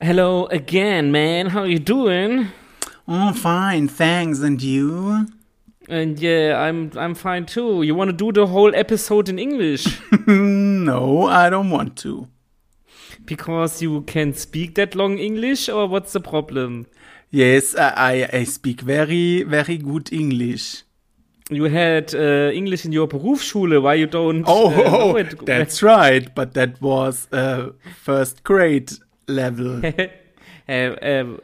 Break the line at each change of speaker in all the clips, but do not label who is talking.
Hello again, man. How you doing?
Oh, fine, thanks. And you?
And yeah, I'm I'm fine too. You want to do the whole episode in English
Hmm, No, I don't want to.
because you can speak that long English, or what's the problem?
Yes, I, I, I speak very, very good English.
You had uh, English in your Berufsschule. Why you don't?
Oh,
uh, know
oh,
it?
that's right. But that was uh, first grade level.
Uh, um,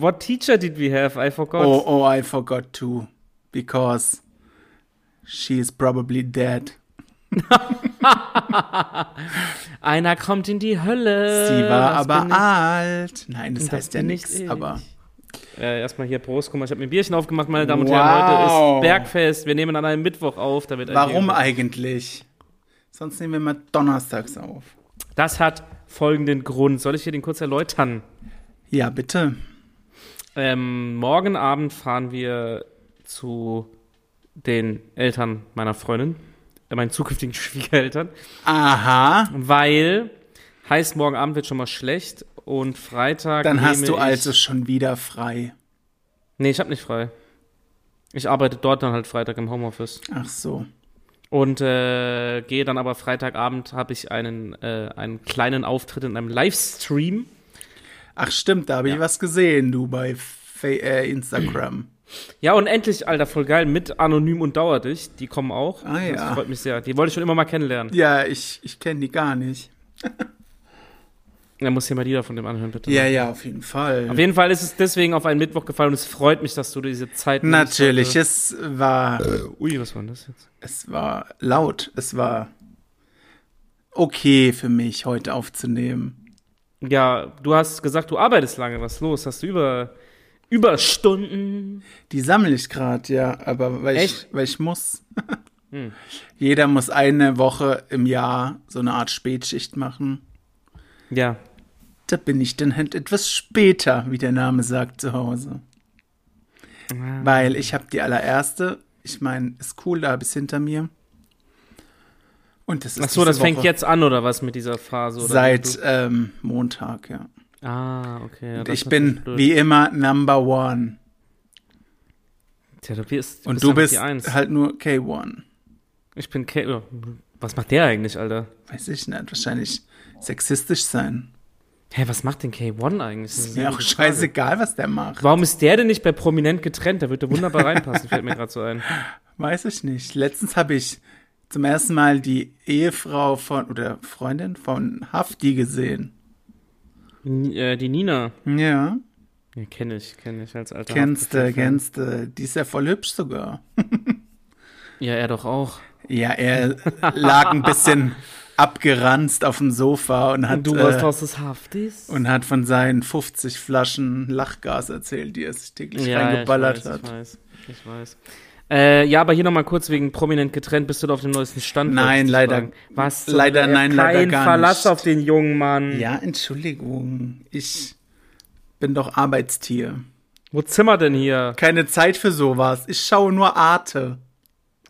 what teacher did we have? I forgot.
oh, oh, I forgot to, because she is probably dead.
Einer kommt in die Hölle.
Sie war
Äh, Das
aber
bin ich.
alt. Nein, das,
Das
heißt ja
bin nicht
nichts.
ich.
Aber
Äh, erstmal hier Prost, guck mal, ich habe mir ein Bierchen aufgemacht, meine Damen und
Wow.
Herren. Heute ist Bergfest. Wir nehmen an einem Mittwoch auf, damit ein
warum
Bier-
eigentlich? Sonst nehmen wir mal donnerstags auf.
Das hat folgenden Grund. Soll ich dir den kurz erläutern?
Ja, bitte.
Ähm, morgen Abend fahren wir zu den Eltern meiner Freundin, äh, meinen zukünftigen Schwiegereltern,
Aha.
weil heißt morgen Abend wird schon mal schlecht und Freitag.
Dann hast
nehme
du
ich,
also schon wieder frei.
Nee, ich habe nicht frei. Ich arbeite dort dann halt Freitag im Homeoffice.
Ach so.
Und äh, gehe dann aber Freitagabend, habe ich einen, äh, einen kleinen Auftritt in einem Livestream.
Ach stimmt, da habe ich was gesehen, du bei Fa äh, Instagram.
Ja, und endlich, Alter, voll geil, mit Anonym und Dauerdicht. Die kommen auch.
Ah, ja.
Das freut mich sehr. Die wollte ich schon immer mal kennenlernen.
Ja, ich, ich kenne die gar nicht.
Dann muss hier mal Lieder von dem anhören, bitte.
Ja, ja, auf jeden Fall.
Auf jeden Fall ist es deswegen auf einen Mittwoch gefallen und es freut mich, dass du diese Zeit nimmst
Natürlich,
heute.
es war,
Ui, was war denn das jetzt?
es war laut. Es war okay für mich, heute aufzunehmen.
Ja, du hast gesagt, du arbeitest lange. Was ist los? Hast du über Überstunden?
Die sammle ich gerade, ja, aber weil ich,
Echt? Hm.
weil ich muss. Jeder muss eine Woche im Jahr so eine Art Spätschicht machen.
Ja.
Da bin ich dann halt etwas später, wie der Name sagt, zu Hause.
Ah.
Weil ich habe die allererste, ich meine, ist cool, da habe ich hinter mir. Und das ist
Ach so, das
diese
fängt
Woche
jetzt an oder was mit dieser Phase? Oder
seit ähm, Montag, ja.
Ah, okay. ja,
Und
das
ich
ist
bin
natürlich blöd.
wie immer Number One.
Tja, du bist,
Und du
einfach
bist
die Eins.
halt nur K1.
Ich bin Ke ja. Was macht der eigentlich, Alter?
Weiß ich nicht, wahrscheinlich sexistisch sein.
Hä, was macht denn K1 eigentlich? Das
Ist
eine
mir auch
gute Frage.
scheißegal, was der macht.
Warum ist der denn nicht bei Prominent getrennt? Da würde wunderbar reinpassen, fällt mir gerade so ein.
Weiß ich nicht. Letztens habe ich zum ersten Mal die Ehefrau von oder Freundin von Hafti gesehen.
N äh, die Nina.
Ja,
Ja, kenne ich, kenne ich als alter.
kennst du,
Haftbefehl-Fan.
kennst du. Die ist ja voll hübsch sogar.
Ja, er doch auch.
Ja, er lag ein bisschen abgeranzt auf dem Sofa und hat,
Und du warst
äh,
aus des Haftis?
und hat von seinen 50 Flaschen Lachgas erzählt, die er sich täglich reingeballert
ich weiß, Ich
hat.
weiß, ich weiß. Äh, ja, aber hier nochmal kurz wegen Prominent getrennt. Bist du da auf dem neuesten Stand?
Nein,
wollte ich
leider-
fragen. Was? zur
leider
Hölle?
nein,
Kein
leider gar
Verlass
nicht.
auf den jungen Mann.
Hm. Ja, Entschuldigung. Ich bin doch Arbeitstier.
Wo sind wir denn hier?
Keine Zeit für sowas. Ich schaue nur Arte.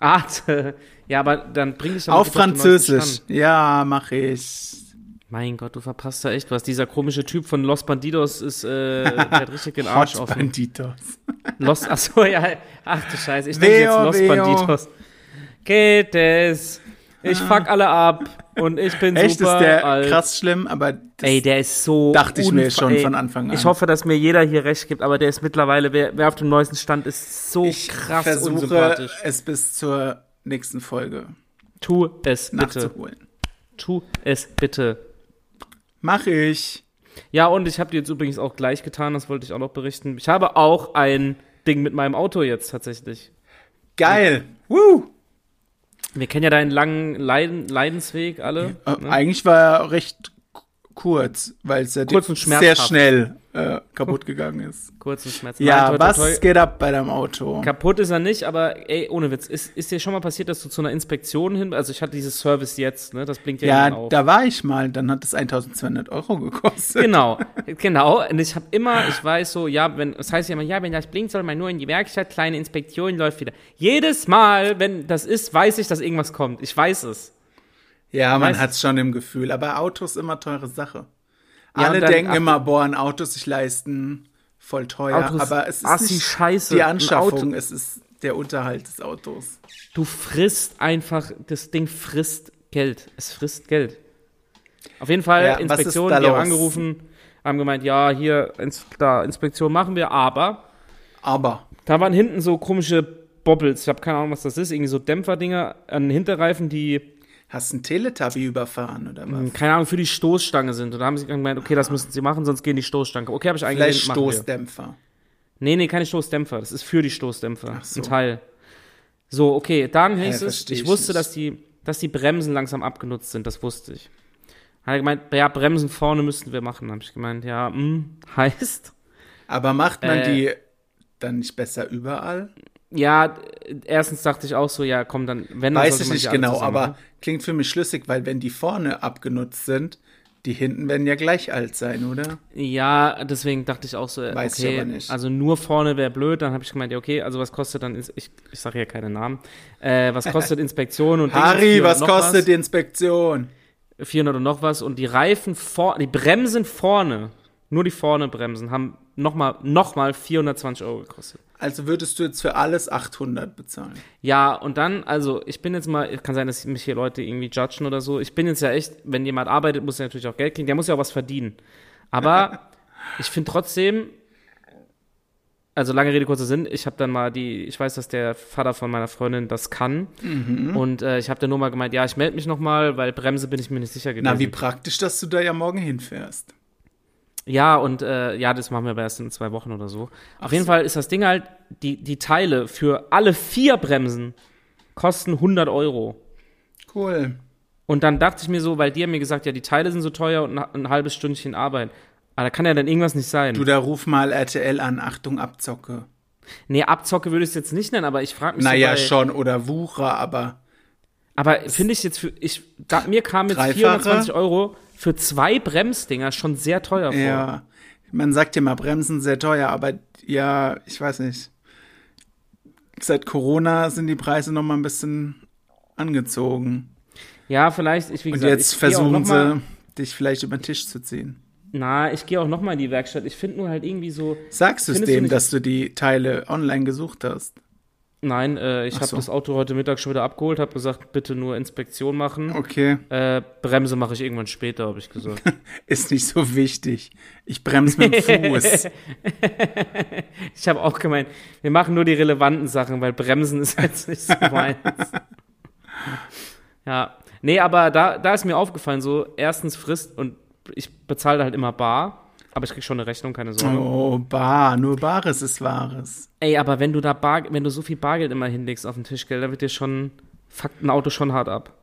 Arte. Ja, aber dann bring dich doch mal
Auf
bitte auf den neuesten
Französisch.
Stand.
Ja, mache ich.
Mein Gott, du verpasst da echt was. Dieser komische Typ von Los Bandidos ist, äh, der hat richtig den Arsch
Hot
offen.
Banditos.
Los, achso, ja. Ach du Scheiße, ich denke jetzt
Veo,
Los
veo.
Banditos. Geht es? Ich fuck alle ab und ich bin
Ah. Echt
super
ist der
alt.
krass schlimm, aber das,
Ey, der ist so.
dachte ich mir
unver-
schon
ey,
von Anfang an.
Ich hoffe, dass mir jeder hier recht gibt, aber der ist mittlerweile, wer, wer auf dem neuesten Stand ist, so
ich
krass
versuche
unsympathisch.
es bis zur nächsten Folge
Tu es bitte.
nachzuholen.
Tu es bitte.
Mache ich.
Ja, und ich habe dir jetzt übrigens auch gleich getan, das wollte ich auch noch berichten. Ich habe auch ein Ding mit meinem Auto jetzt tatsächlich.
Geil. Woo.
Wir kennen ja deinen langen Leiden, Leidensweg alle. ne?
Äh, Eigentlich war er recht k- kurz, weil es ja
Kurz
di-
und
sehr
schmerzhaft.
schnell äh, kaputt gegangen ist.
Kurz und schmerzhaft.
Ja,
Nein, toi,
was
toi, toi.
geht ab bei deinem Auto?
Kaputt ist er nicht, aber ey, ohne Witz, ist, ist dir schon mal passiert, dass du zu einer Inspektion hin, also ich hatte dieses Service jetzt, ne, das blinkt ja,
Ja,
irgendwann auf.
da war ich mal. Dann hat es 1200 Euro gekostet.
Genau, genau. Und ich habe immer, ich weiß so, ja, wenn, das heißt ja immer, ja, wenn das blinkt, soll man nur in die Werkstatt, kleine Inspektion läuft wieder. Jedes Mal, wenn das ist, weiß ich, dass irgendwas kommt. Ich weiß es.
Ja, man
Weiß-
hat's schon im Gefühl, aber Autos immer teure Sache.
Ja,
Alle
und dann-
denken
ach,
immer, boah, ein Auto sich leisten, voll teuer.
Autos-
aber es ist
assi
nicht
Scheiße,
die
ein
Anschaffung,
Auto.
es ist der Unterhalt des Autos.
Du frisst einfach, das Ding frisst Geld. Es frisst Geld. Auf jeden Fall,
Ja, was ist
Inspektion,
da
die haben
los?
angerufen, haben gemeint, ja, hier, ins, da, Inspektion machen wir, aber
Aber
da waren hinten so komische Bobbles, ich habe keine Ahnung, was das ist, irgendwie so Dämpferdinger an den Hinterreifen, die,
hast du einen Teletubby überfahren oder was?
mh, keine Ahnung, für die Stoßstange sind. Und da haben sie gemeint, okay, das müssen sie machen, sonst gehen die Stoßstange. Okay, habe ich
Vielleicht
eingesehen, machen wir.
Stoßdämpfer.
Nee, nee, keine Stoßdämpfer. Das ist für die Stoßdämpfer.
Ach so.
Ein Teil. So, okay, dann hieß es,
versteh
ich
ich
wusste,
nicht.
dass die, dass die Bremsen langsam abgenutzt sind, das wusste ich. Hat er gemeint, ja, Bremsen vorne müssten wir machen. Habe ich gemeint, ja, hm, heißt?
Aber macht man
Äh.
die dann nicht besser überall?
Ja, äh, erstens dachte ich auch so, ja, komm, dann, wenn dann
Weiß
sollte
ich
man
nicht
die alle
genau,
zusammen
aber
machen.
klingt für mich schlüssig, weil wenn die vorne abgenutzt sind, die hinten werden ja gleich alt sein, oder?
Ja, deswegen dachte ich auch so, äh,
Weiß ich
okay,
aber nicht.
also nur vorne wäre blöd. Dann habe ich gemeint, ja, okay, also was kostet dann, ins- ich, ich sage ja keine Namen, äh, was kostet Inspektion und Dings,
Harry,
hier und
was
noch
kostet die Inspektion?
400 und noch was und die Reifen vor, die Bremsen vorne, nur die vorne Bremsen haben nochmal noch mal 420 Euro gekostet.
Also würdest du jetzt für alles 800 bezahlen?
Ja, und dann, also ich bin jetzt mal, kann sein, dass mich hier Leute irgendwie judgen oder so. Ich bin jetzt ja echt, wenn jemand arbeitet, muss er natürlich auch Geld kriegen, der muss ja auch was verdienen. Aber ich finde trotzdem, also lange Rede, kurzer Sinn, ich habe dann mal die, ich weiß, dass der Vater von meiner Freundin das kann.
Mhm.
Und äh, ich habe dann nur mal gemeint, ja, ich melde mich nochmal, weil Bremse bin ich mir nicht sicher gewesen.
Na, wie praktisch, dass du da ja morgen hinfährst.
Ja, und äh, ja, das machen wir aber erst in zwei Wochen oder so. Auf jeden Fall ist das Ding halt, die, die Teile für alle vier Bremsen kosten 100 Euro.
Cool.
Und dann dachte ich mir so, weil die haben mir gesagt, ja, die Teile sind so teuer und ein, ein halbes Stündchen Arbeit. Aber da kann ja dann irgendwas nicht sein.
Du, da ruf mal RTL an, Achtung, Abzocke.
nee, Abzocke würde ich es jetzt nicht nennen, aber ich frage mich
Naja,
so, bei,
schon, oder Wucher, aber
aber finde ich jetzt für, ich, da, mir kam jetzt
Dreifache?
420 Euro für zwei Bremsdinger schon sehr teuer vor.
ja. Man sagt ja mal, Bremsen sehr teuer, aber ja, ich weiß nicht. Seit Corona sind die Preise noch mal ein bisschen angezogen.
ja vielleicht, ich, wie
Und
gesagt,
jetzt
ich gehe auch
versuchen
noch mal-
sie, dich vielleicht über den Tisch zu ziehen.
Na, ich gehe auch nochmal in die Werkstatt. Ich finde nur halt irgendwie so.
Sagst du es
Findest du
dem,
nicht-
dass du die Teile online gesucht hast?
Nein, äh, ich
Ach
habe
so.
das Auto heute Mittag schon wieder abgeholt, habe gesagt, bitte nur Inspektion machen.
Okay,
Äh, Bremse mache ich irgendwann später, habe ich gesagt.
ist nicht so wichtig. Ich bremse mit dem Fuß.
ich habe auch gemeint, wir machen nur die relevanten Sachen, weil Bremsen ist jetzt nicht so meins. ja, nee, aber da, da ist mir aufgefallen, so erstens Frist und ich bezahle halt immer bar, aber ich krieg schon eine Rechnung, keine Sorge.
Oh, bar, nur Bares ist Wahres.
Ey, aber wenn du da Bar, wenn du so viel Bargeld immer hinlegst auf den Tisch, gell, dann wird dir schon, fuckt ein Auto schon hart ab.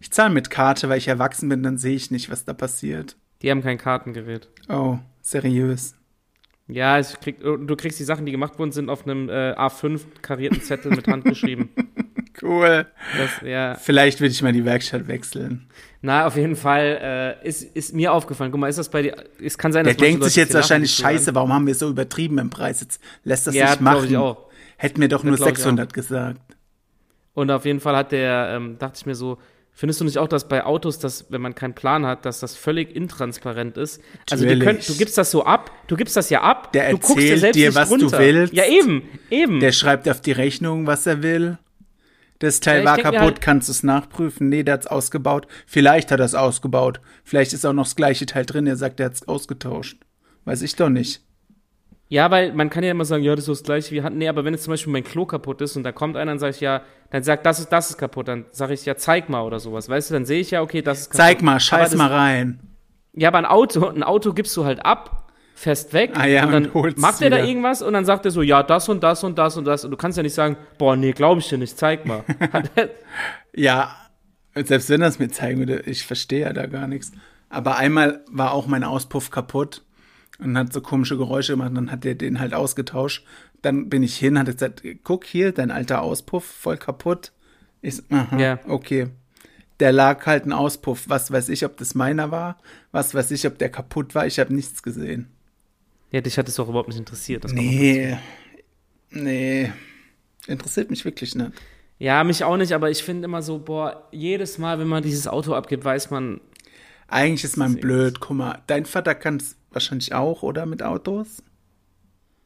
Ich zahle mit Karte, weil ich erwachsen bin, dann sehe ich nicht, was da passiert.
Die haben kein Kartengerät.
Oh, seriös.
Ja, ich krieg, du kriegst die Sachen, die gemacht wurden, sind auf einem äh, A5 karierten Zettel mit Hand geschrieben.
Cool.
Das, ja.
Vielleicht würde ich mal die Werkstatt wechseln.
Na, auf jeden Fall äh, ist, ist mir aufgefallen. Guck mal, ist das bei dir? Es kann sein,
Der
dass manche
denkt sich
Leute
jetzt
viel lachen
wahrscheinlich,
zu hören.
scheiße, warum haben wir so übertrieben im Preis? Jetzt lässt das
Ja,
nicht
glaub
machen.
ich auch.
Hätten wir doch nur
glaub ich auch.
600 gesagt.
Und auf jeden Fall hat der, ähm, dachte ich mir so, findest du nicht auch, dass bei Autos, dass wenn man keinen Plan hat, dass das völlig intransparent ist? Also wir
Natürlich.
können, du gibst das so ab, du gibst das ja ab,
Der
du guckst ja
erzählt
selbst
dir,
nicht
was du
runter.
willst.
Ja, eben, eben.
Der schreibt auf die Rechnung, was er will. Das Teil
ich
war
denk mir
kaputt,
halt-
kannst du es nachprüfen? Nee, der hat's ausgebaut. Vielleicht hat er es ausgebaut. Vielleicht ist auch noch das gleiche Teil drin. Er sagt, er hat's ausgetauscht. Weiß ich doch nicht.
Ja, weil man kann ja immer sagen, ja, das ist das gleiche wie hatten. Nee, aber wenn jetzt zum Beispiel mein Klo kaputt ist und da kommt einer und sagt, ja, dann sagt, das ist, das ist kaputt, dann sage ich, ja, zeig mal oder sowas. Weißt du, dann sehe ich ja, okay, das ist kaputt.
Zeig mal, scheiß
das-
mal rein.
Ja, aber ein Auto, ein Auto gibst du halt ab, fest weg.
Ah ja,
und
und
dann
holst
macht er da
wieder.
irgendwas und dann sagt er so, ja, das und das und das und das. Und du kannst ja nicht sagen, boah, nee, glaube ich dir nicht, zeig mal. Hat er-
Ja, selbst wenn er es mir zeigen würde, ich verstehe ja da gar nichts. Aber einmal war auch mein Auspuff kaputt und hat so komische Geräusche gemacht. und Dann hat er den halt ausgetauscht. Dann bin ich hin, hat gesagt, guck hier, dein alter Auspuff, voll kaputt. Ich, so, aha,
Ja.
okay. Der lag halt ein Auspuff. Was weiß ich, ob das meiner war? Was weiß ich, ob der kaputt war? Ich habe nichts gesehen.
ja, dich hat es doch überhaupt nicht interessiert. Das kommt noch dazu.
Nee, nee. Interessiert mich wirklich nicht.
Ja, mich auch nicht, aber ich finde immer so, boah, jedes Mal, wenn man dieses Auto abgibt, weiß man,
Eigentlich ist man blöd. Guck mal, dein Vater kann es wahrscheinlich auch, oder? Mit Autos?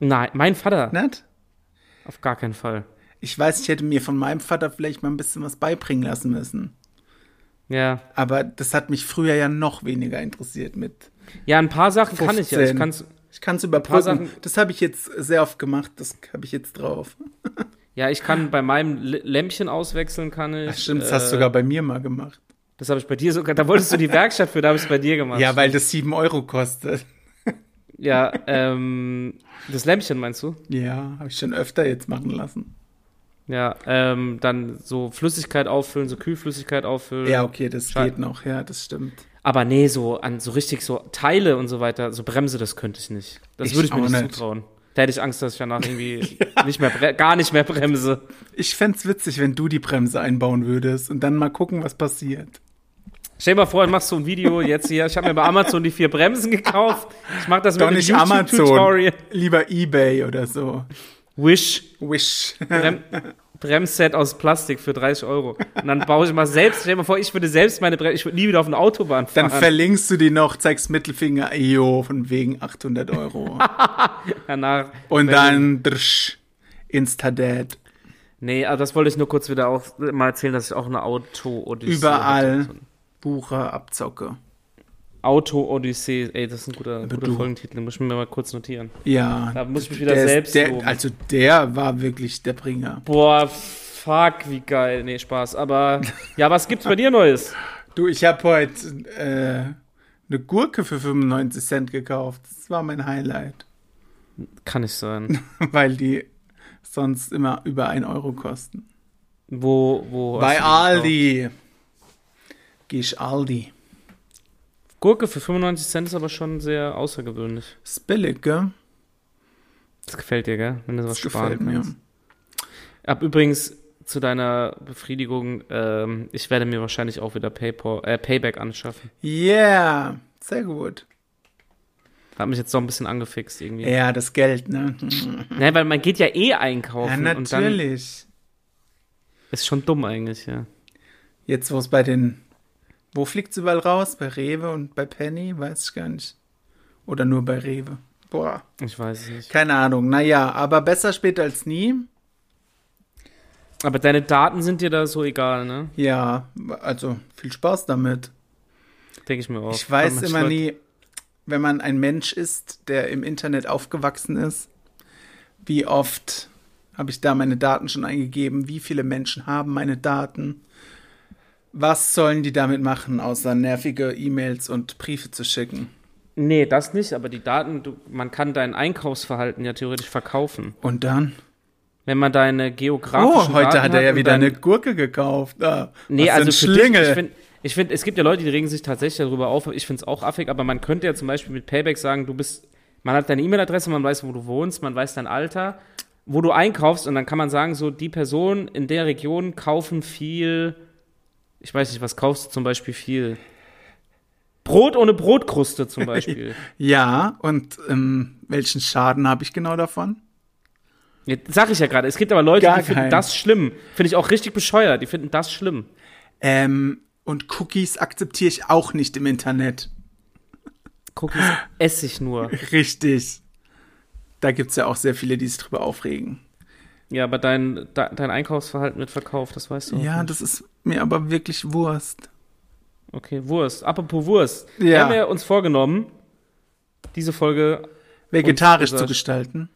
Nein, mein Vater.
Nicht?
Auf gar keinen Fall.
Ich weiß, ich hätte mir von meinem Vater vielleicht mal ein bisschen was beibringen lassen müssen.
Ja.
Aber das hat mich früher ja noch weniger interessiert mit.
Ja, ein paar Sachen kann ich ja. Ich
15.
kann's,
Ich kann es
paar
überprüfen.
Sachen-
das habe ich jetzt sehr oft gemacht. Das habe ich jetzt drauf.
ja, ich kann bei meinem L- Lämpchen auswechseln, kann ich.
Das stimmt, das
äh,
hast du sogar bei mir mal gemacht.
Das habe ich bei dir sogar. Da wolltest du die Werkstatt für, da habe ich es bei dir gemacht.
Ja, weil das 7 Euro kostet.
Ja, ähm, das Lämpchen meinst du?
Ja, habe ich schon öfter jetzt machen lassen.
Ja, ähm, dann so Flüssigkeit auffüllen, so Kühlflüssigkeit auffüllen.
Ja, okay, das
Schade.
geht noch. Ja, das stimmt.
Aber nee, so an so richtig so Teile und so weiter, so Bremse, das könnte ich nicht. Das
Ich
würde ich mir
auch
nicht,
nicht.
zutrauen. Da hätte ich Angst, dass ich danach irgendwie nicht mehr bre gar nicht mehr bremse.
Ich fänd's witzig, wenn du die Bremse einbauen würdest und dann mal gucken, was passiert.
Stell dir mal vor, du machst so ein Video jetzt hier. Ich habe mir bei Amazon die vier Bremsen gekauft. Ich mache das
Doch
mit
nicht
einem
Amazon,
YouTube-Tutorial.
lieber Ebay oder so.
Wish.
Wish.
Brem Bremsset aus Plastik für 30 Euro. Und dann baue ich mal selbst, stell dir mal vor, ich würde selbst meine Bremse, ich würde nie wieder auf eine Autobahn fahren.
Dann verlinkst du die noch, zeigst Mittelfinger, jo, von wegen 800 Euro.
Danach.
Und
wenn-
dann drsch, Instadad.
Nee, also das wollte ich nur kurz wieder auch mal erzählen, dass ich auch eine Auto-Odyssee
Überall
hatte.
Bucher, Abzocke.
Auto-Odyssee, ey, das ist ein guter, guter
du-
Folgentitel, muss ich mir mal kurz notieren.
Ja.
Da muss ich mich wieder
der ist-
selbst
der,
loben.
Also der war wirklich der Bringer.
Boah, fuck, wie geil. Nee, Spaß. Aber, ja, was gibt's bei dir Neues?
Du, ich habe heute äh, eine Gurke für 95 Cent gekauft. Das war mein Highlight,
Kann nicht sein.
weil die sonst immer über 1 Euro kosten.
Wo, wo? hast du
Bei
die
Aldi. Geh ich Aldi.
gekauft? Gurke für 95 Cent ist aber schon sehr außergewöhnlich.
Ist billig, gell?
Das gefällt dir, gell? Wenn du sowas
Das
sparen
gefällt mir.
kannst. Ab übrigens zu deiner Befriedigung, ähm, ich werde mir wahrscheinlich auch wieder Paypal, äh, Payback anschaffen.
Yeah, sehr gut.
Hat mich jetzt so ein bisschen angefixt irgendwie.
Ja, das Geld, ne?
Nein, weil man geht ja eh
Ja,
einkaufen und dann
natürlich.
ist schon dumm eigentlich, ja.
Jetzt, wo es bei den. Wo fliegt's überall raus? Bei Rewe und bei Penny? Weiß ich gar nicht. Oder nur bei Rewe? Boah.
Ich weiß es nicht.
Keine Ahnung. Naja, aber besser später als nie.
Aber deine Daten sind dir da so egal, ne?
Ja, also viel Spaß damit.
Denke ich mir auch.
Ich weiß
Aber
immer
Leute-
nie, wenn man ein Mensch ist, der im Internet aufgewachsen ist, wie oft habe ich da meine Daten schon eingegeben, wie viele Menschen haben meine Daten, was sollen die damit machen, außer nervige E-Mails und Briefe zu schicken.
Nee, das nicht, aber die Daten, du, man kann dein Einkaufsverhalten ja theoretisch verkaufen.
Und dann?
Wenn man deine
Oh,
geografischen Daten
heute hat er ja
und
wieder
dein-
eine Gurke gekauft. Ah,
Nee,
was für
also
ein
für dich,
Schlingel.
ich finde, ich find, es gibt ja Leute, die regen sich tatsächlich darüber auf. Ich finde es auch affig, aber man könnte ja zum Beispiel mit Payback sagen, du bist, man hat deine E-Mail-Adresse, man weiß, wo du wohnst, man weiß dein Alter, wo du einkaufst und dann kann man sagen, so die Personen in der Region kaufen viel, ich weiß nicht, was kaufst du zum Beispiel viel? Brot ohne Brotkruste zum Beispiel.
ja, und ähm, welchen Schaden habe ich genau davon?
Jetzt sag ich ja gerade. Es gibt aber Leute,
Gar
die finden
keinen.
das schlimm. Finde ich auch richtig bescheuert. Die finden das schlimm.
Ähm, und Cookies akzeptiere ich auch nicht im Internet.
Cookies esse ich nur.
Richtig. Da gibt's ja auch sehr viele, die sich drüber aufregen.
Ja, aber dein, de, dein Einkaufsverhalten wird verkauft, das weißt du. auch
Ja,
nicht.
das ist mir aber wirklich Wurst.
Okay, Wurst. Apropos Wurst. Wir
Ja.
haben ja uns vorgenommen, diese Folge.
Vegetarisch
Und-
zu gestalten.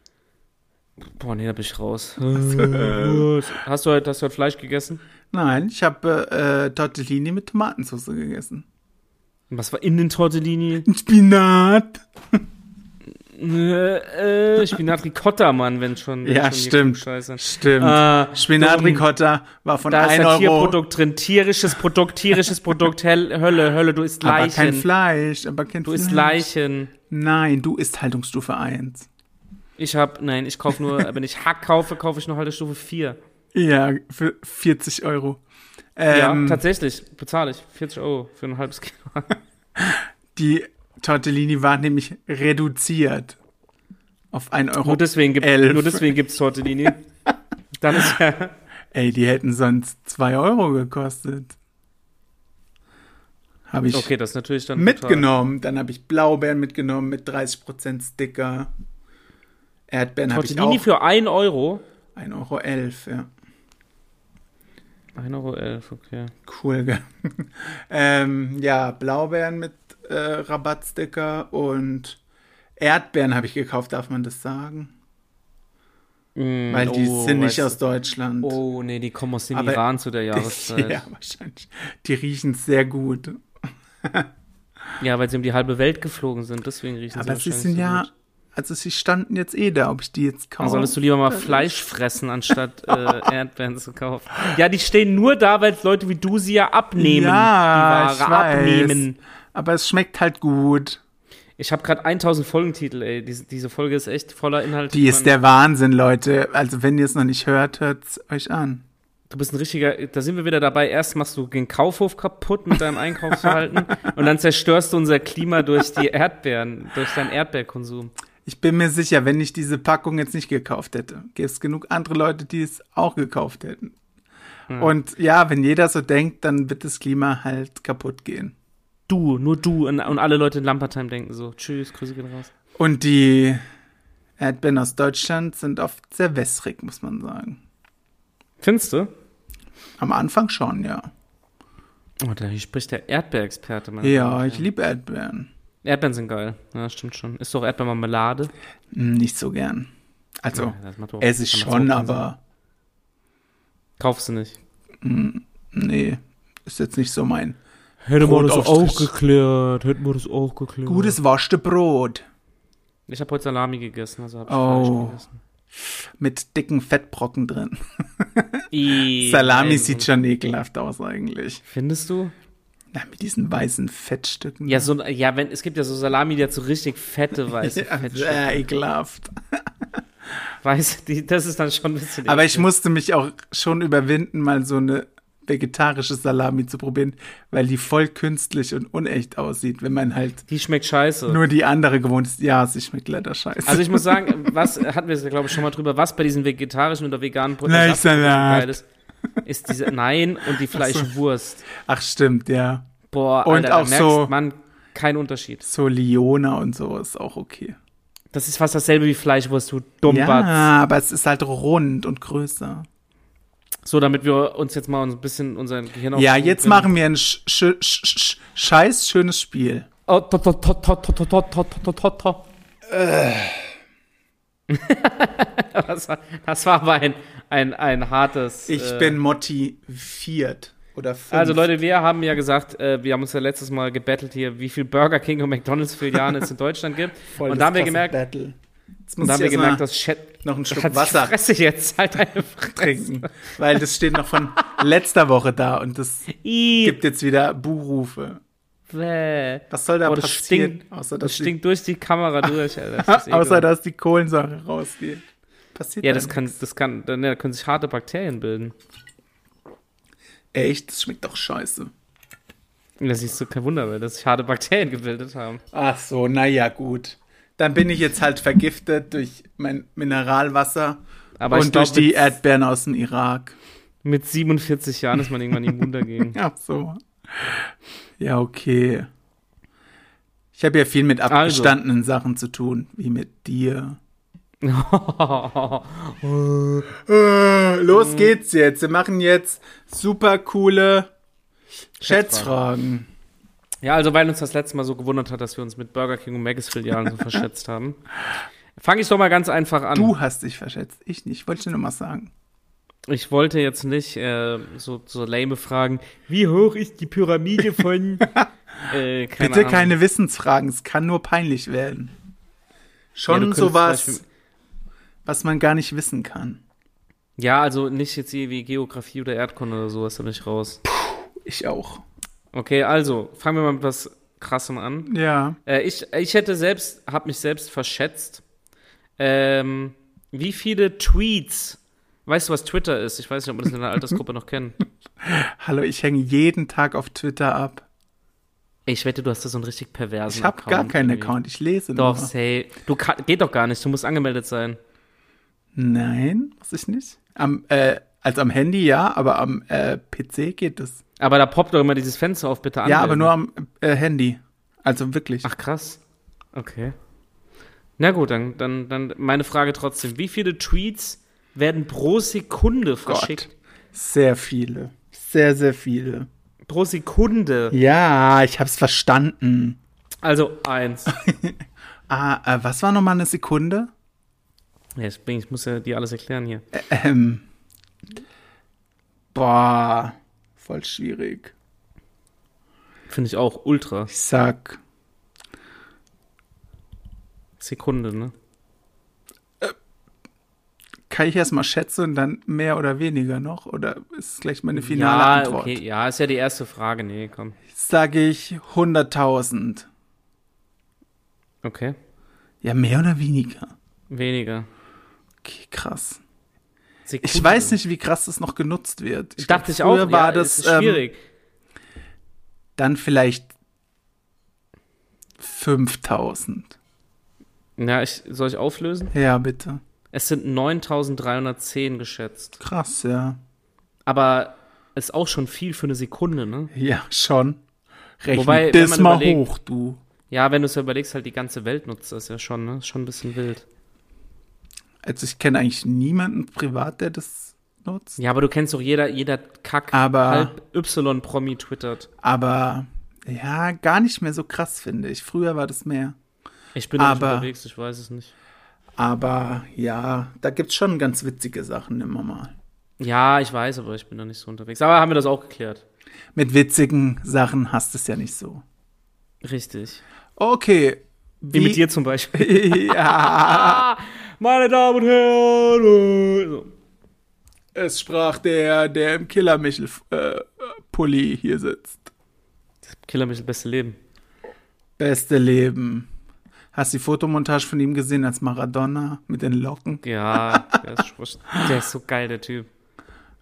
Boah, nee, da bin ich raus. Äh, Wurst. hast, du heute, hast du heute Fleisch gegessen?
Nein, ich habe äh, Tortellini mit Tomatensauce gegessen.
Und Was war in den Tortellini?
Ein Spinat.
Äh, äh, Spinat Ricotta, Mann, wenn schon. Wenn
Ja,
schon hier
stimmt.
Scheiße.
Stimmt.
Ah, dumm.
Spinat-Ricotta Äh, war von
Da ist
1
ein
Euro.
Tierprodukt drin. Tierisches Produkt, tierisches Produkt. Hell, Hölle, Hölle, du isst
Aber kein
Leichen.
Fleisch, aber kein
Du
Fleisch.
isst Leichen.
Nein, du isst Haltungsstufe 1.
Ich hab, nein, ich kaufe nur, wenn ich Hack kaufe, kaufe ich halt nur Haltestufe 4.
Ja, für 40 Euro.
ja,
Ähm,
tatsächlich, bezahle ich 40 Euro für ein halbes Kilo.
die Tortellini war nämlich reduziert auf 1 Euro.
Nur deswegen gibt
Elf.
nur deswegen gibt's Tortellini. Dann ist ja,
Ey, die hätten sonst 2 Euro gekostet. Habe ich
Okay, das ist natürlich dann.
mitgenommen. Dann habe ich Blaubeeren mitgenommen mit 30% Sticker. Erdbeeren
total-
habe ich
Tortellini
auch.
für 1 Euro.
1,11 Euro, ja.
1,11 Euro, elf, okay.
Cool, gell? ähm, ja, Blaubeeren mit äh, Rabattsticker und Erdbeeren habe ich gekauft, darf man das sagen?
Mm,
Weil die
oh,
sind nicht
weißt du-
aus Deutschland.
Oh, nee, die kommen aus dem
Aber-
Iran zu der Jahreszeit.
ja, wahrscheinlich. Die riechen sehr gut.
Ja, weil sie um die halbe Welt geflogen sind, deswegen riechen
Aber
sie
sie
wahrscheinlich
sind
so
ja,
gut.
also sie standen jetzt eh da, ob ich die jetzt
Dann
kaufe.
solltest du lieber mal Fleisch fressen, anstatt äh, Erdbeeren zu kaufen. Ja, die stehen nur da, weil Leute wie du sie ja abnehmen.
Ja,
die
ich weiß. Aber es schmeckt halt gut.
Ich habe gerade 1000 Folgentitel, ey. Diese, diese Folge ist echt voller Inhalte.
Die ist
man-
der Wahnsinn, Leute. Also wenn ihr es noch nicht hört, hört's euch an.
Du bist ein richtiger, da sind wir wieder dabei. Erst machst du den Kaufhof kaputt mit deinem Einkaufsverhalten und dann zerstörst du unser Klima durch die Erdbeeren, durch deinen Erdbeerkonsum.
Ich bin mir sicher, wenn ich diese Packung jetzt nicht gekauft hätte, gäbe es genug andere Leute, die es auch gekauft hätten.
Hm.
Und ja, wenn jeder so denkt, dann wird das Klima halt kaputt gehen.
Du, nur du und, und alle Leute in Lampertheim denken so. Tschüss, Grüße gehen raus.
Und die Erdbeeren aus Deutschland sind oft sehr wässrig, muss man sagen.
Findest du?
Am Anfang schon, ja.
Oh, da spricht der Erdbeerexperte, Mann.
Ja, ich liebe Erdbeeren.
Erdbeeren sind geil. Ja, stimmt schon. Ist doch Erdbeermarmelade.
Hm, Nicht so gern. Also,
Ja, das macht doch-
esse ich
das macht
schon,
auch keinen Sinn.
aber
Kaufst du nicht.
nee, ist jetzt nicht so mein.
Hätte man das auch
Brotaufstrich.
geklärt. Hätten wir das auch geklärt.
Gutes waschte Brot
Ich habe heute Salami gegessen, also habe ich
Oh.
Fleisch gegessen.
mit dicken Fettbrocken drin.
I,
Salami
nein,
sieht
so-
schon ekelhaft aus eigentlich.
Findest du?
Na, mit diesen weißen Fettstücken.
Ja, so, ja, wenn, es gibt ja so Salami, die hat so richtig fette weiße
Ja,
Fettstücke.
sehr ekelhaft.
Weiß, die, das ist dann schon ein bisschen.
Aber ich
eklig.
musste mich auch schon überwinden, mal so eine vegetarische Salami zu probieren, weil die voll künstlich und unecht aussieht, wenn man halt
Die schmeckt scheiße.
nur die andere gewohnt ist. Ja, sie schmeckt leider scheiße.
also ich muss sagen, was hatten wir es ja glaube ich schon mal drüber, was bei diesen vegetarischen oder veganen Produkten
Fleischsalat.
geil ist, ist diese Nein und die Fleischwurst.
Ach stimmt, ja.
Boah,
Und
Alter, da
auch
merkst
so-
man keinen Unterschied.
So Liona und so ist auch okay.
Das ist fast dasselbe wie Fleischwurst, du Dummbatz.
Ja, aber es ist halt rund und größer.
So, damit wir uns jetzt mal ein bisschen unseren Gehirn
Ja,
aufpumpen.
jetzt machen wir ein sch sch sch sch scheiß schönes Spiel.
Oh, tot, tot, tot, tot, tot, tot, tot, tot, tot, tot.
Das war, das war aber ein, ein, ein hartes.
Ich
äh,
bin motiviert. Oder fünf.
Also Leute, wir haben ja gesagt, äh, wir haben uns ja letztes Mal gebettelt hier, wie viel Burger King und McDonalds für Jahre es in Deutschland gibt.
Voll
und
das
da haben wir
krasse
gemerkt,
Battle. Jetzt muss
und da haben
ich
wir gemerkt,
erst
dass Chat
mal noch einen Schluck
hat
Wasser
Fresse jetzt halt einfach.
trinken, weil das steht noch von letzter Woche da und das
Ih,
gibt jetzt wieder Buhrufe.
bäh.
Was soll da
Boah, Oh, das
passieren?
stinkt.
außer dass
Das stinkt durch die Kamera durch, Alter. Das ist
Die, außer
ekelhaft.
dass die Kohlensäure rausgeht. Passiert
ja, das
dann
kann, das kann, da- ne, da können sich harte Bakterien bilden.
echt, das schmeckt doch scheiße.
Und das ist so kein Wunder, weil dass sich harte Bakterien gebildet haben.
Ach so, naja, gut. Dann bin ich jetzt halt vergiftet durch mein Mineralwasser
Aber ich
und durch
glaub,
die
mit-
Erdbeeren aus dem Irak.
Mit 47 Jahren ist man irgendwann immun dagegen.
Ach so. Ja, okay. Ich habe ja viel mit
Also.
abgestandenen Sachen zu tun, wie mit dir. Äh, los geht's jetzt. Wir machen jetzt super coole Schätzfragen.
Ja, also weil uns das letzte Mal so gewundert hat, dass wir uns mit Burger King und Maggis Filialen so verschätzt haben, fange ich doch mal ganz einfach an.
Du hast dich verschätzt, ich nicht. Wollte ich nur noch mal sagen.
Ich wollte jetzt nicht äh, so, so lame Fragen, wie hoch ist die Pyramide von... äh, keine
Bitte
Ahnung.
keine Wissensfragen, es kann nur peinlich werden.
Ja, du
Schon
könntest
sowas,
zum Beispiel-
was man gar nicht wissen kann.
Ja, also nicht jetzt hier wie Geografie oder Erdkunde oder sowas, da bin ich raus.
Ich auch.
Okay, also fangen wir mal mit was Krassem an.
Ja.
Äh, ich, ich hätte selbst, habe mich selbst verschätzt. Ähm, wie viele Tweets, weißt du, was Twitter ist? Ich weiß nicht, ob wir das in der Altersgruppe noch kennen.
Hallo, ich hänge jeden Tag auf Twitter ab.
Ich wette, du hast da so einen richtig perversen
Ich habe
Account.
gar keinen
irgendwie.
Account, ich lese
Doch,
nur.
say. Du kann, geht doch gar nicht, du musst angemeldet sein.
Nein, muss ich nicht. Am, äh, also am Handy ja, aber am äh, PC geht es.
Aber da poppt doch immer dieses Fenster auf, bitte an.
Ja, aber nur am äh, Handy. Also wirklich.
Ach, krass. Okay. Na gut, dann, dann, dann meine Frage trotzdem. Wie viele Tweets werden pro Sekunde verschickt?
Sehr viele. Sehr, sehr viele.
Pro Sekunde.
Ja, ich hab's verstanden.
Also eins.
Ah, äh, was war nochmal eine Sekunde?
Ja, ich, bin, ich muss ja dir alles erklären hier.
Ähm. Boah, voll schwierig.
Finde ich auch ultra.
Ich sag
Sekunde, ne?
kann ich erstmal schätzen und dann mehr oder weniger noch? Oder ist gleich meine finale Antwort?
okay. Ja, ist ja die erste Frage. Nee, komm.
Sage ich 100.000.
Okay.
Ja, mehr oder weniger.
Weniger.
Okay, krass.
Sekunde.
Ich weiß nicht, wie krass das noch genutzt wird.
Ich dachte
glaub,
ich auch,
früher war
ja,
das
ist schwierig.
Ähm, dann vielleicht 5000. ähm,
ja, ich, soll ich auflösen?
Ja, bitte.
Es sind 9310 geschätzt.
Krass, ja.
Aber ist auch schon viel für eine Sekunde, ne?
Ja, schon. Rechne
Wobei, wenn
das
man
mal
überlegt-
hoch, du.
Ja, wenn du es ja überlegst, halt die ganze Welt nutzt das ja schon, ne? Ist schon ein bisschen wild.
Also ich kenne eigentlich niemanden privat, der das nutzt.
Ja, aber du kennst doch jeder, jeder Kack
Aber-
halb Y-Promi twittert.
Aber ja, gar nicht mehr so krass, finde ich. Früher war das mehr.
Ich bin aber, nicht
Aber-
unterwegs, ich weiß es nicht.
Aber ja, da gibt's schon ganz witzige Sachen immer mal.
Ja, ich weiß, aber ich bin da nicht so unterwegs. Aber haben wir das auch geklärt.
Mit witzigen Sachen hast du es ja nicht so.
Richtig.
Okay.
Wie, mit dir zum Beispiel.
ja,
Meine Damen und Herren. So.
es sprach der, der im Killer-Michel-Pulli hier sitzt.
Killer mich das beste Leben.
Beste Leben. Hast die Fotomontage von ihm gesehen als Maradona mit den Locken?
Ja, der ist, schwurscht. der ist so geil, der Typ.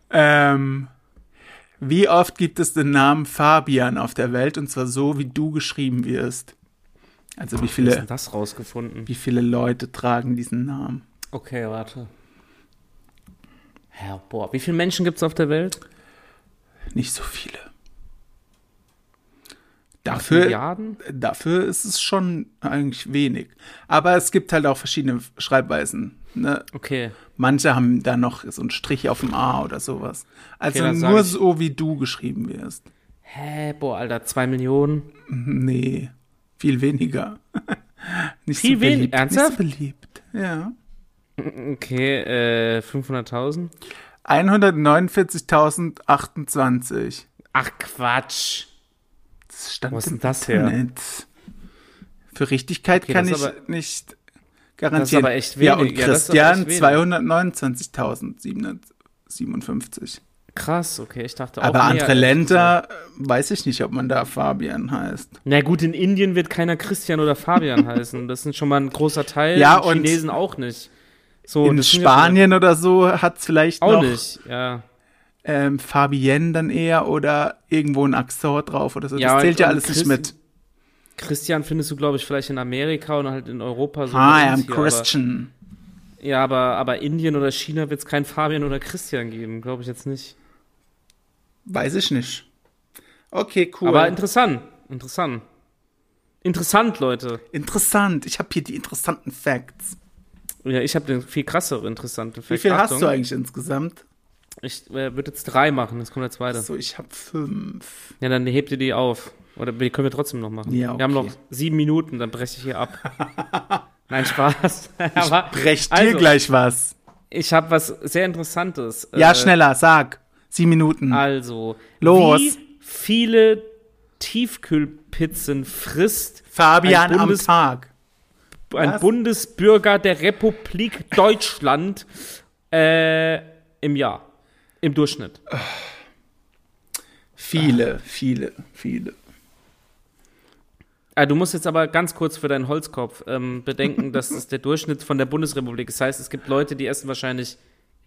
Ähm, wie oft gibt es den Namen Fabian auf der Welt und zwar so, wie du geschrieben wirst? Also wie
Wie ist denn
viele,
das rausgefunden?
wie viele Leute tragen diesen Namen?
Okay, warte. Ja, boah, wie viele Menschen gibt es auf der Welt?
Nicht so viele. Dafür,
Milliarden?
dafür ist es schon eigentlich wenig. Aber es gibt halt auch verschiedene Schreibweisen. Ne?
Okay.
Manche haben da noch so einen Strich auf dem A oder sowas. Also
Okay, dann sag
nur
ich-
so, wie du geschrieben wirst.
Hä, boah, Alter, zwei Millionen.
Nee, viel weniger. Nicht
Viel
so
wen-
beliebt.
Ernsthaft?
Nicht so beliebt. Ja.
Okay, äh, 500.000?
149.028.
Ach, Quatsch.
Das stand
Wo ist
im
denn das her?
Internet. Für Richtigkeit
Okay,
kann
das
ich
ist aber-
nicht garantieren.
das ist aber echt
Ja, und
wenig. Ja, das ist aber
Christian
echt wenig.
229.757.
Krass, okay, ich dachte auch
Aber
mehr,
andere
ehrlich
Länder äh, weiß ich nicht, ob man da Fabian heißt.
Na gut, in Indien wird keiner Christian oder Fabian heißen. Das sind schon mal ein großer Teil.
Ja,
Die
und
Chinesen auch nicht. So, Oh,
In
das sind ja schon mal-
Spanien oder so hat es vielleicht
auch
noch
nicht. Ja,
ähm, Fabienne dann eher oder irgendwo ein Akzent drauf oder so.
Ja,
das
und-
zählt ja
und
alles nicht
Christ-
mit.
Christian findest du, glaube ich, vielleicht in Amerika und halt in Europa so.
Hi,
bei uns
Ah, I'm
hier,
Christian.
Aber, ja, aber, aber Indien oder China wird es keinen Fabian oder Christian geben, glaube ich jetzt nicht.
Weiß ich nicht. Okay, cool.
Aber interessant, interessant. Interessant, Leute.
Interessant. Ich habe hier die interessanten Facts.
Ja, ich habe den viel krasseren, interessanten
Wie viel hast
Achtung.
du eigentlich insgesamt?
Ich äh, würde jetzt drei machen, jetzt kommt der zweite.
So, ich habe fünf.
Ja, dann hebt ihr die auf. Oder die können wir trotzdem noch machen.
Ja, okay.
Wir haben noch sieben Minuten, dann breche ich hier ab. Nein, Spaß. Aber
Brech dir
also,
gleich was.
Ich habe was sehr Interessantes.
Ja,
Äh,
schneller, sag. Sieben Minuten.
Also,
Los.
wie viele Tiefkühlpizzen frisst
Fabian
ein
am
Bundes-
Tag.
ein
Was?
Bundesbürger der Republik Deutschland äh, im Jahr? Im Durchschnitt.
Viele, viele, viele.
Ah, du musst jetzt aber ganz kurz für deinen Holzkopf ähm, bedenken, dass es der Durchschnitt von der Bundesrepublik ist. Das heißt, es gibt Leute, die essen wahrscheinlich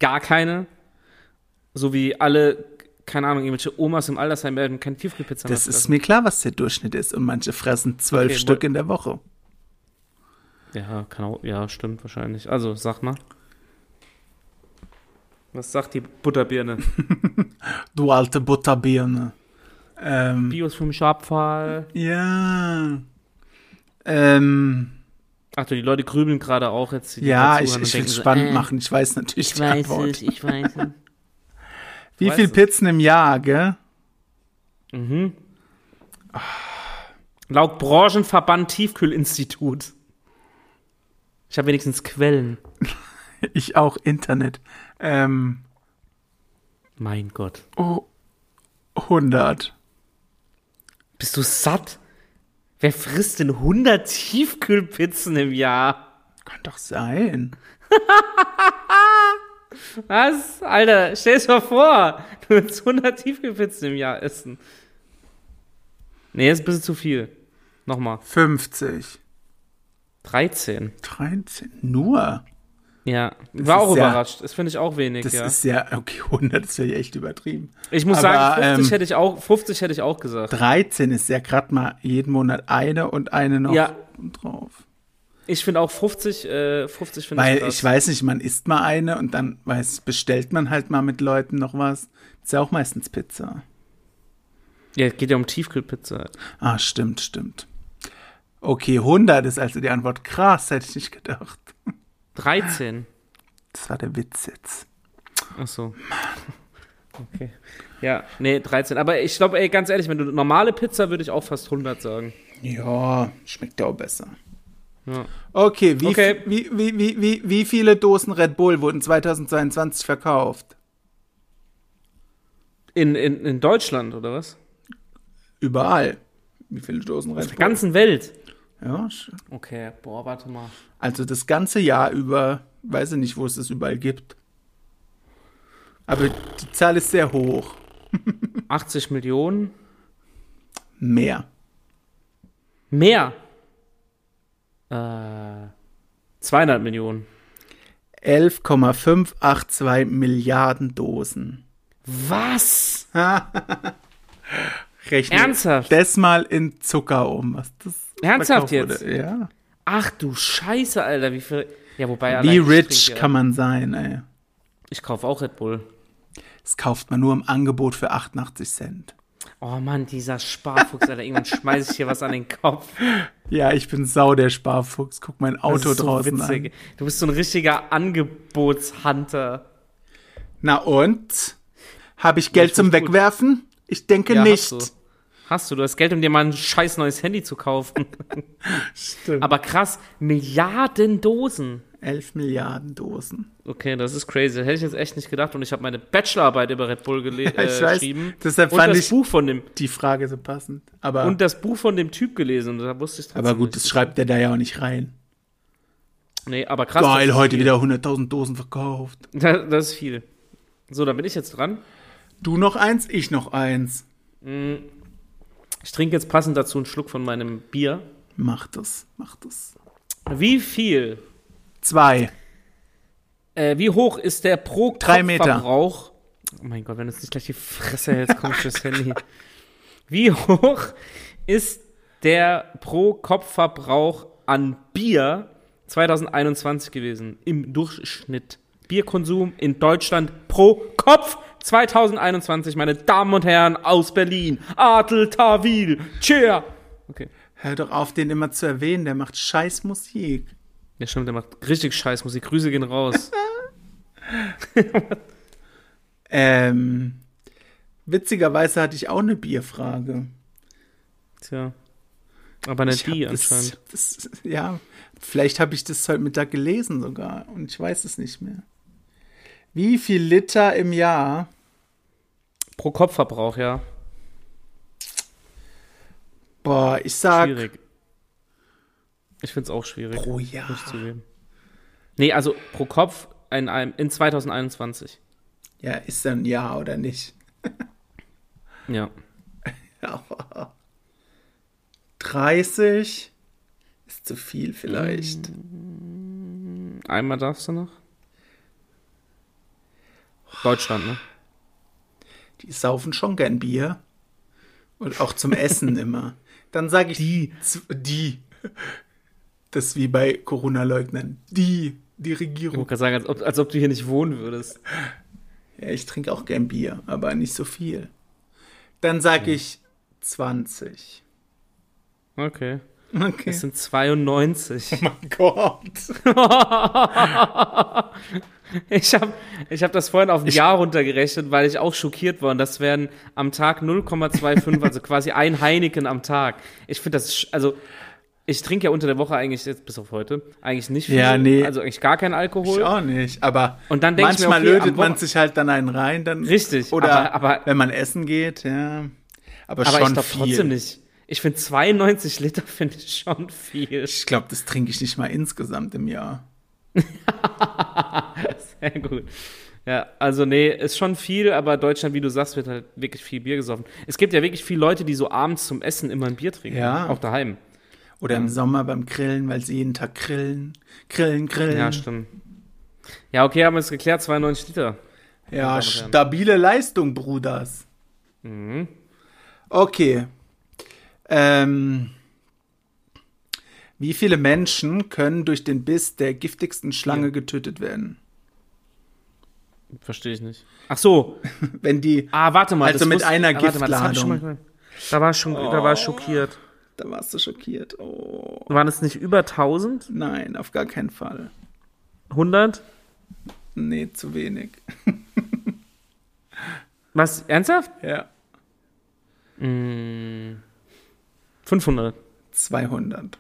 gar keine, so wie alle, keine Ahnung, irgendwelche Omas im Altersheim werden keine Tiefkühlpizza
Das ist
fressen.
mir klar, was der Durchschnitt ist. Und manche fressen zwölf
Okay,
Stück
wo-
in der Woche.
Ja, kann auch, ja, stimmt wahrscheinlich. Also, sag mal. Was sagt die Butterbirne?
Du alte Butterbirne. Ähm,
Bios vom Schabfall.
ja. Ähm,
Ach du, die Leute grübeln gerade auch jetzt. Die
ja,
dazuhören
ich,
und
ich will
denken
es
so,
spannend
äh,
machen. Ich weiß natürlich
Ich
die
weiß
Antwort.
es, ich weiß es.
Wie
weiß
viel
es.
Pizzen im Jahr, gell?
Mhm. Laut Branchenverband Tiefkühlinstitut. Ich habe wenigstens Quellen.
Ich auch Internet. Ähm,
Mein Gott.
oh, 100.
Bist du satt? Wer frisst denn 100 Tiefkühlpizzen im Jahr?
Kann doch sein.
Was? Alter, stell's mal vor, du willst 100 Tiefkühlpizzen im Jahr essen. Nee, ist ein bisschen zu viel. Nochmal.
50.
13.
13. Nur?
Ja. War auch
ist ja-
überrascht. Das finde ich auch wenig,
Das
ja.
ist ja, okay, 100 ist ja echt übertrieben.
Ich muss
aber,
sagen, 50
ähm,
hätte ich auch, 50 hätte ich auch gesagt.
13 ist ja gerade mal jeden Monat eine und eine noch
Ja.
drauf.
Ich finde auch 50, äh, 50 finde ich
Weil
krass.
ich weiß nicht, man isst mal eine und dann weiß, bestellt man halt mal mit Leuten noch was. Ist ja auch meistens Pizza.
Ja, geht ja um Tiefkühlpizza.
Ah, stimmt, stimmt. Okay, 100 ist also die Antwort. Krass, hätte ich nicht gedacht.
13.
Das war der Witz jetzt.
Ach so. Okay. Ja, nee, 13. Aber ich glaube, ey, ganz ehrlich, wenn du normale Pizza, würde ich auch fast 100 sagen.
Ja, schmeckt ja auch besser.
Ja.
Okay, wie,
Okay.
vi- Wie, wie, wie, wie, wie viele Dosen Red Bull wurden 2022 verkauft?
In, in, in Deutschland, oder was?
Überall. Wie viele Dosen Red
Auf
Bull?
der ganzen Welt.
ja, sch-
Okay, boah, warte mal.
also das ganze Jahr über, weiß ich nicht, wo es das überall gibt. Aber die Zahl ist sehr hoch.
80 Millionen?
Mehr.
Mehr. Äh, 200 Millionen.
11,582 Milliarden Dosen.
Was?
Rechne
Ernsthaft?
Das mal in Zucker um, was das
Ernsthaft
verkauft
jetzt?
Wurde. Ja.
Ach du Scheiße, Alter, wie viel. Ja, wobei
Wie
allein ich
rich
trinke-
kann man sein, ey?
Ich kaufe auch Red Bull.
Das kauft man nur im Angebot für 88 Cent.
Oh Mann, dieser Sparfuchs, Alter, irgendwann schmeiß ich hier was an den Kopf.
Ja, ich bin sau der Sparfuchs. Guck mein
Das
Auto
ist so
draußen
witzig. Du bist so ein richtiger Angebotshunter.
an. Na und? Habe ich Geld
ich
zum
find's gut.
Wegwerfen? Ich denke
Ja, Hast
nicht.
du. hast du, du hast Geld, um dir mal ein scheiß neues Handy zu kaufen.
Stimmt.
Aber krass, Milliarden Dosen.
11 Milliarden Dosen.
Okay, das ist crazy. Hätte ich jetzt echt nicht gedacht. Und ich habe meine Bachelorarbeit über Red Bull gele-
Ja, ich
äh,
weiß.
geschrieben.
Deshalb
und
fand
das
ich-
Buch von dem
Die Frage so passend. Aber,
und das Buch von dem Typ gelesen. Und da wusste ich trotzdem
aber gut,
nicht.
das schreibt der da ja auch nicht rein.
Nee, aber krass. das
Geil,
ist
heute
viel.
wieder 100.000 Dosen verkauft.
Da- Das ist viel. So, dann bin ich jetzt dran.
Du noch eins, ich noch eins.
Ich trinke jetzt passend dazu einen Schluck von meinem Bier.
Mach das, mach das.
Wie viel,
Zwei.
äh, wie hoch ist der pro
Drei Meter.
Verbrauch? Oh mein Gott, wenn du uns nicht gleich die Fresse hältst, kommt das Handy. Wie hoch ist der pro Kopfverbrauch an Bier 2021 gewesen im Durchschnitt? Bierkonsum in Deutschland pro Kopf 2021, meine Damen und Herren aus Berlin. Adel Tawil. Cheer. Okay.
Hör doch auf, den immer zu erwähnen, der macht scheiß Musik.
Ja, stimmt, der macht richtig scheiß Musik. Grüße gehen raus.
Ähm, witzigerweise hatte ich auch eine Bierfrage.
Tja. Aber nicht
Ich hab
die
das,
anscheinend.
Das, ja, vielleicht habe ich das heute Mittag gelesen sogar und ich weiß es nicht mehr. Wie viel Liter im Jahr?
Pro Kopfverbrauch, ja.
Boah, ich sag
Schwierig. Ich find's auch schwierig.
pro Jahr.
muss ich zugeben. Nee, also pro Kopf in, einem, in 2021.
Ja, ist dann ja oder nicht?
Ja.
30 ist zu viel
Hm.
vielleicht.
Einmal darfst du noch. Deutschland, ne?
Die saufen schon gern Bier. Und auch zum Essen immer. Dann sage ich die. Die. Das ist wie bei Corona-Leugnern. Die. Die
Ich wollte
Regierung.
gerade sagen, als ob, als ob du hier nicht wohnen würdest.
Hm. Ja, ich trinke auch gern Bier, aber nicht so viel. Dann sage ich 20.
Okay.
Okay.
Es sind 92.
Also, oh mein Gott.
Ich habe ich hab das vorhin auf ein Jahr runtergerechnet, weil ich auch schockiert war. Und das wären am Tag 0,25, also quasi ein Heineken am Tag. Ich finde das, sch- also ich trinke ja unter der Woche eigentlich, jetzt bis auf heute, eigentlich nicht viel.
Ja, nee.
Also eigentlich gar keinen
Ich
Alkohol.
auch nicht. Aber
Und dann denk ich mir,
manchmal
okay, am
lötet man
Wochen-
sich halt dann einen rein. Dann,
Richtig,
Oder
aber- aber-
wenn man essen geht, ja. Aber,
Aber
schon
ich glaube
viel.
trotzdem nicht. Ich finde 92 Liter finde ich schon viel.
Ich glaube, das trinke ich nicht mal insgesamt im Jahr.
Sehr gut. Ja, also nee, ist schon viel, aber Deutschland, wie du sagst, wird halt wirklich viel Bier gesoffen. Es gibt ja wirklich viele Leute, die so abends zum Essen immer ein Bier trinken.
Ja.
Auch daheim.
Oder im Sommer beim Grillen, weil sie jeden Tag grillen. Grillen, grillen.
Ja, stimmt. Ja, okay, haben wir es geklärt, 92 Liter.
Ja,
Damen und Herren.
stabile Leistung, Bruders.
Mhm.
Okay. Ähm, wie viele Menschen können durch den Biss der giftigsten Schlange getötet werden?
Verstehe ich nicht. Ach so.
Wenn die.
Ah, warte mal.
Also
das
mit
wusste-
einer
ah, warte mal, das hab ich schon mal gehört. Da war ich schon, da war ich
Oh.
schockiert.
Da warst du schockiert. Oh.
Waren es nicht über 1000?
Nein, auf gar keinen Fall.
100?
Nee, zu wenig.
Was? Ernsthaft?
Ja.
500.
200.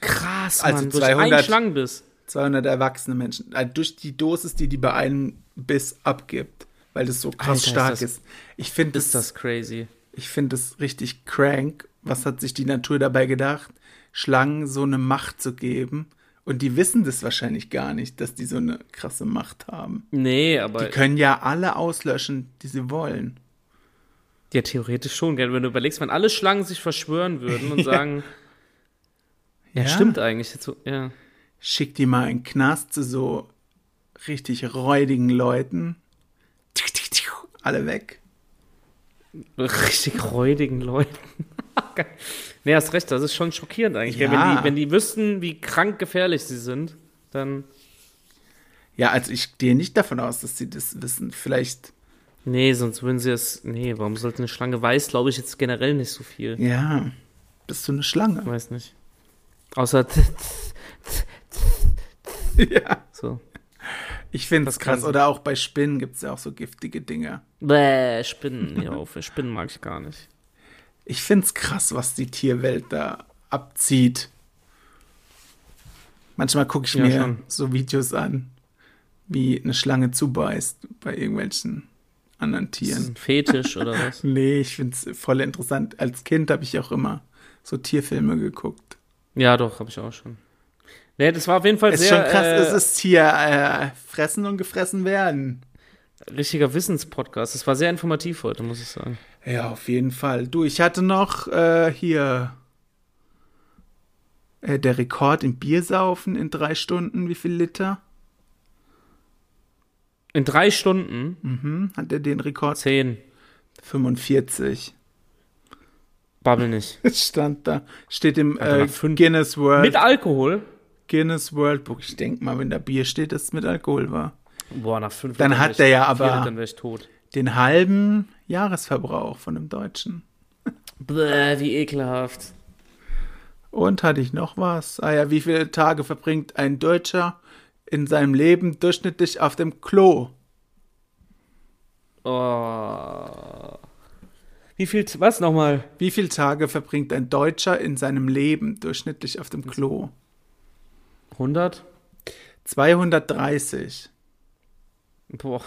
Krass,
Also
Mann.
200.
Durch einen Schlangenbiss.
200 erwachsene Menschen. Also durch die Dosis, die die bei einem Biss abgibt. Weil das so krass
Alter, ist
stark
das-
ist. Ich finde das,
Ist das crazy.
Ich finde es richtig crank. Was hat sich die Natur dabei gedacht, Schlangen so eine Macht zu geben? Und die wissen das wahrscheinlich gar nicht, dass die so eine krasse Macht haben.
Nee, aber.
Die können ja alle auslöschen, die sie wollen.
Ja, theoretisch schon, gell? Wenn du überlegst, wenn alle Schlangen sich verschwören würden und sagen, ja, stimmt eigentlich. Jetzt so, ja.
Schick die mal in den Knast zu so richtig räudigen Leuten. Tiu, tiu, tiu, Alle weg.
Richtig räudigen Leuten. Geil. nee, hast recht, das ist schon schockierend eigentlich. gell? Wenn,
Ja.
die, wenn die wüssten, wie krank gefährlich sie sind, dann.
Ja, also ich gehe nicht davon aus, dass sie das wissen. Vielleicht,
Nee, sonst würden sie es. Nee, warum sollte eine Schlange weiß, glaube ich, jetzt generell nicht so viel.
ja, bist du eine Schlange.
Weiß nicht. Außer.
Ja.
So.
Ich finde es
Das kann
krass.
sein.
Oder auch bei Spinnen gibt es ja auch so giftige Dinger.
Bäh, Spinnen. Ja, auf. Spinnen mag ich gar nicht.
Ich find's krass, was die Tierwelt da abzieht. Manchmal gucke ich
Ja,
mir
schon.
so Videos an, wie eine Schlange zubeißt bei irgendwelchen anderen
Ist das
Tieren.
ein Fetisch oder was?
Nee, ich find's voll interessant. Als Kind habe ich auch immer so Tierfilme geguckt.
Ja, doch, habe ich auch schon. Nee, das war auf jeden Fall
ist
sehr
schon krass,
äh,
es ist hier äh, fressen und gefressen werden.
richtiger Wissenspodcast. Das war sehr informativ heute, muss ich sagen.
Ja, auf jeden Fall. Du, ich hatte noch äh, hier äh, der Rekord im Biersaufen in drei Stunden. Wie viel Liter?
In drei Stunden
Mhm, hat er den Rekord?
zehn.
45
Babbel nicht.
stand da. Steht im
Hat er
äh,
nach fünf-
Guinness World
Mit Alkohol?
Guinness World Book. Ich denke mal, wenn da Bier steht, dass es mit Alkohl war.
Boah, nach fünf
Dann
Litern
hat
wär ich-
der ja
vier
aber-
Litern wär ich tot.
Den halben Jahresverbrauch von dem Deutschen.
Bäh, wie ekelhaft.
Und hatte ich noch was? Ah ja, wie viele Tage verbringt ein Deutscher in seinem Leben durchschnittlich auf dem Klo?
Oh. Wie viel, was nochmal?
Wie viele Tage verbringt ein Deutscher in seinem Leben durchschnittlich auf dem Klo?
100?
230.
Boah.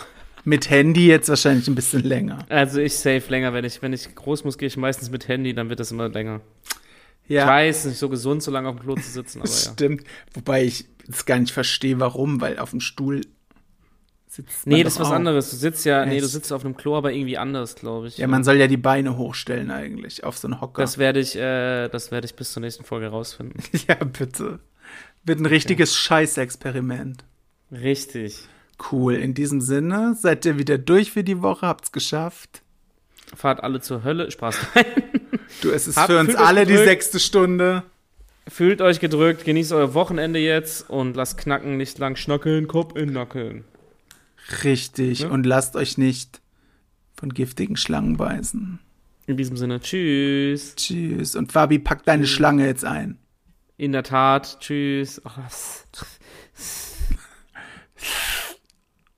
Mit Handy jetzt wahrscheinlich ein bisschen länger.
Also ich safe länger, wenn ich, wenn ich groß muss, gehe ich meistens mit Handy, dann wird das immer länger.
Ja.
Ich weiß, nicht so gesund, so lange auf dem Klo zu sitzen, aber
Das
ja.
Stimmt. Wobei ich es gar nicht verstehe, warum, weil auf dem Stuhl sitzt man.
Nee,
doch
das ist was
auch.
anderes. Du sitzt ja, nee, du
Echt?
sitzt auf einem Klo, aber irgendwie anders, glaube ich.
Ja, man soll ja die Beine hochstellen eigentlich auf so einen Hocker.
Das werde ich, äh, das werde ich bis zur nächsten Folge rausfinden.
ja, bitte. Wird ein richtiges Scheißexperiment.
Richtig.
Cool. In diesem Sinne, seid ihr wieder durch für die Woche, habt's geschafft.
Fahrt alle zur Hölle. Spaß.
Du, es ist
Habt-
für uns
fühlt euch
alle die
gedrückt.
sechste Stunde.
Fühlt euch gedrückt, genießt euer Wochenende jetzt und lasst knacken, nicht lang schnackeln, Kopf in Nackeln.
Richtig.
Ja.
Und lasst euch nicht von giftigen Schlangen beißen.
In diesem Sinne, tschüss.
Tschüss. Und Fabi, pack deine Schlange jetzt ein.
In der Tat, tschüss. Oh, was?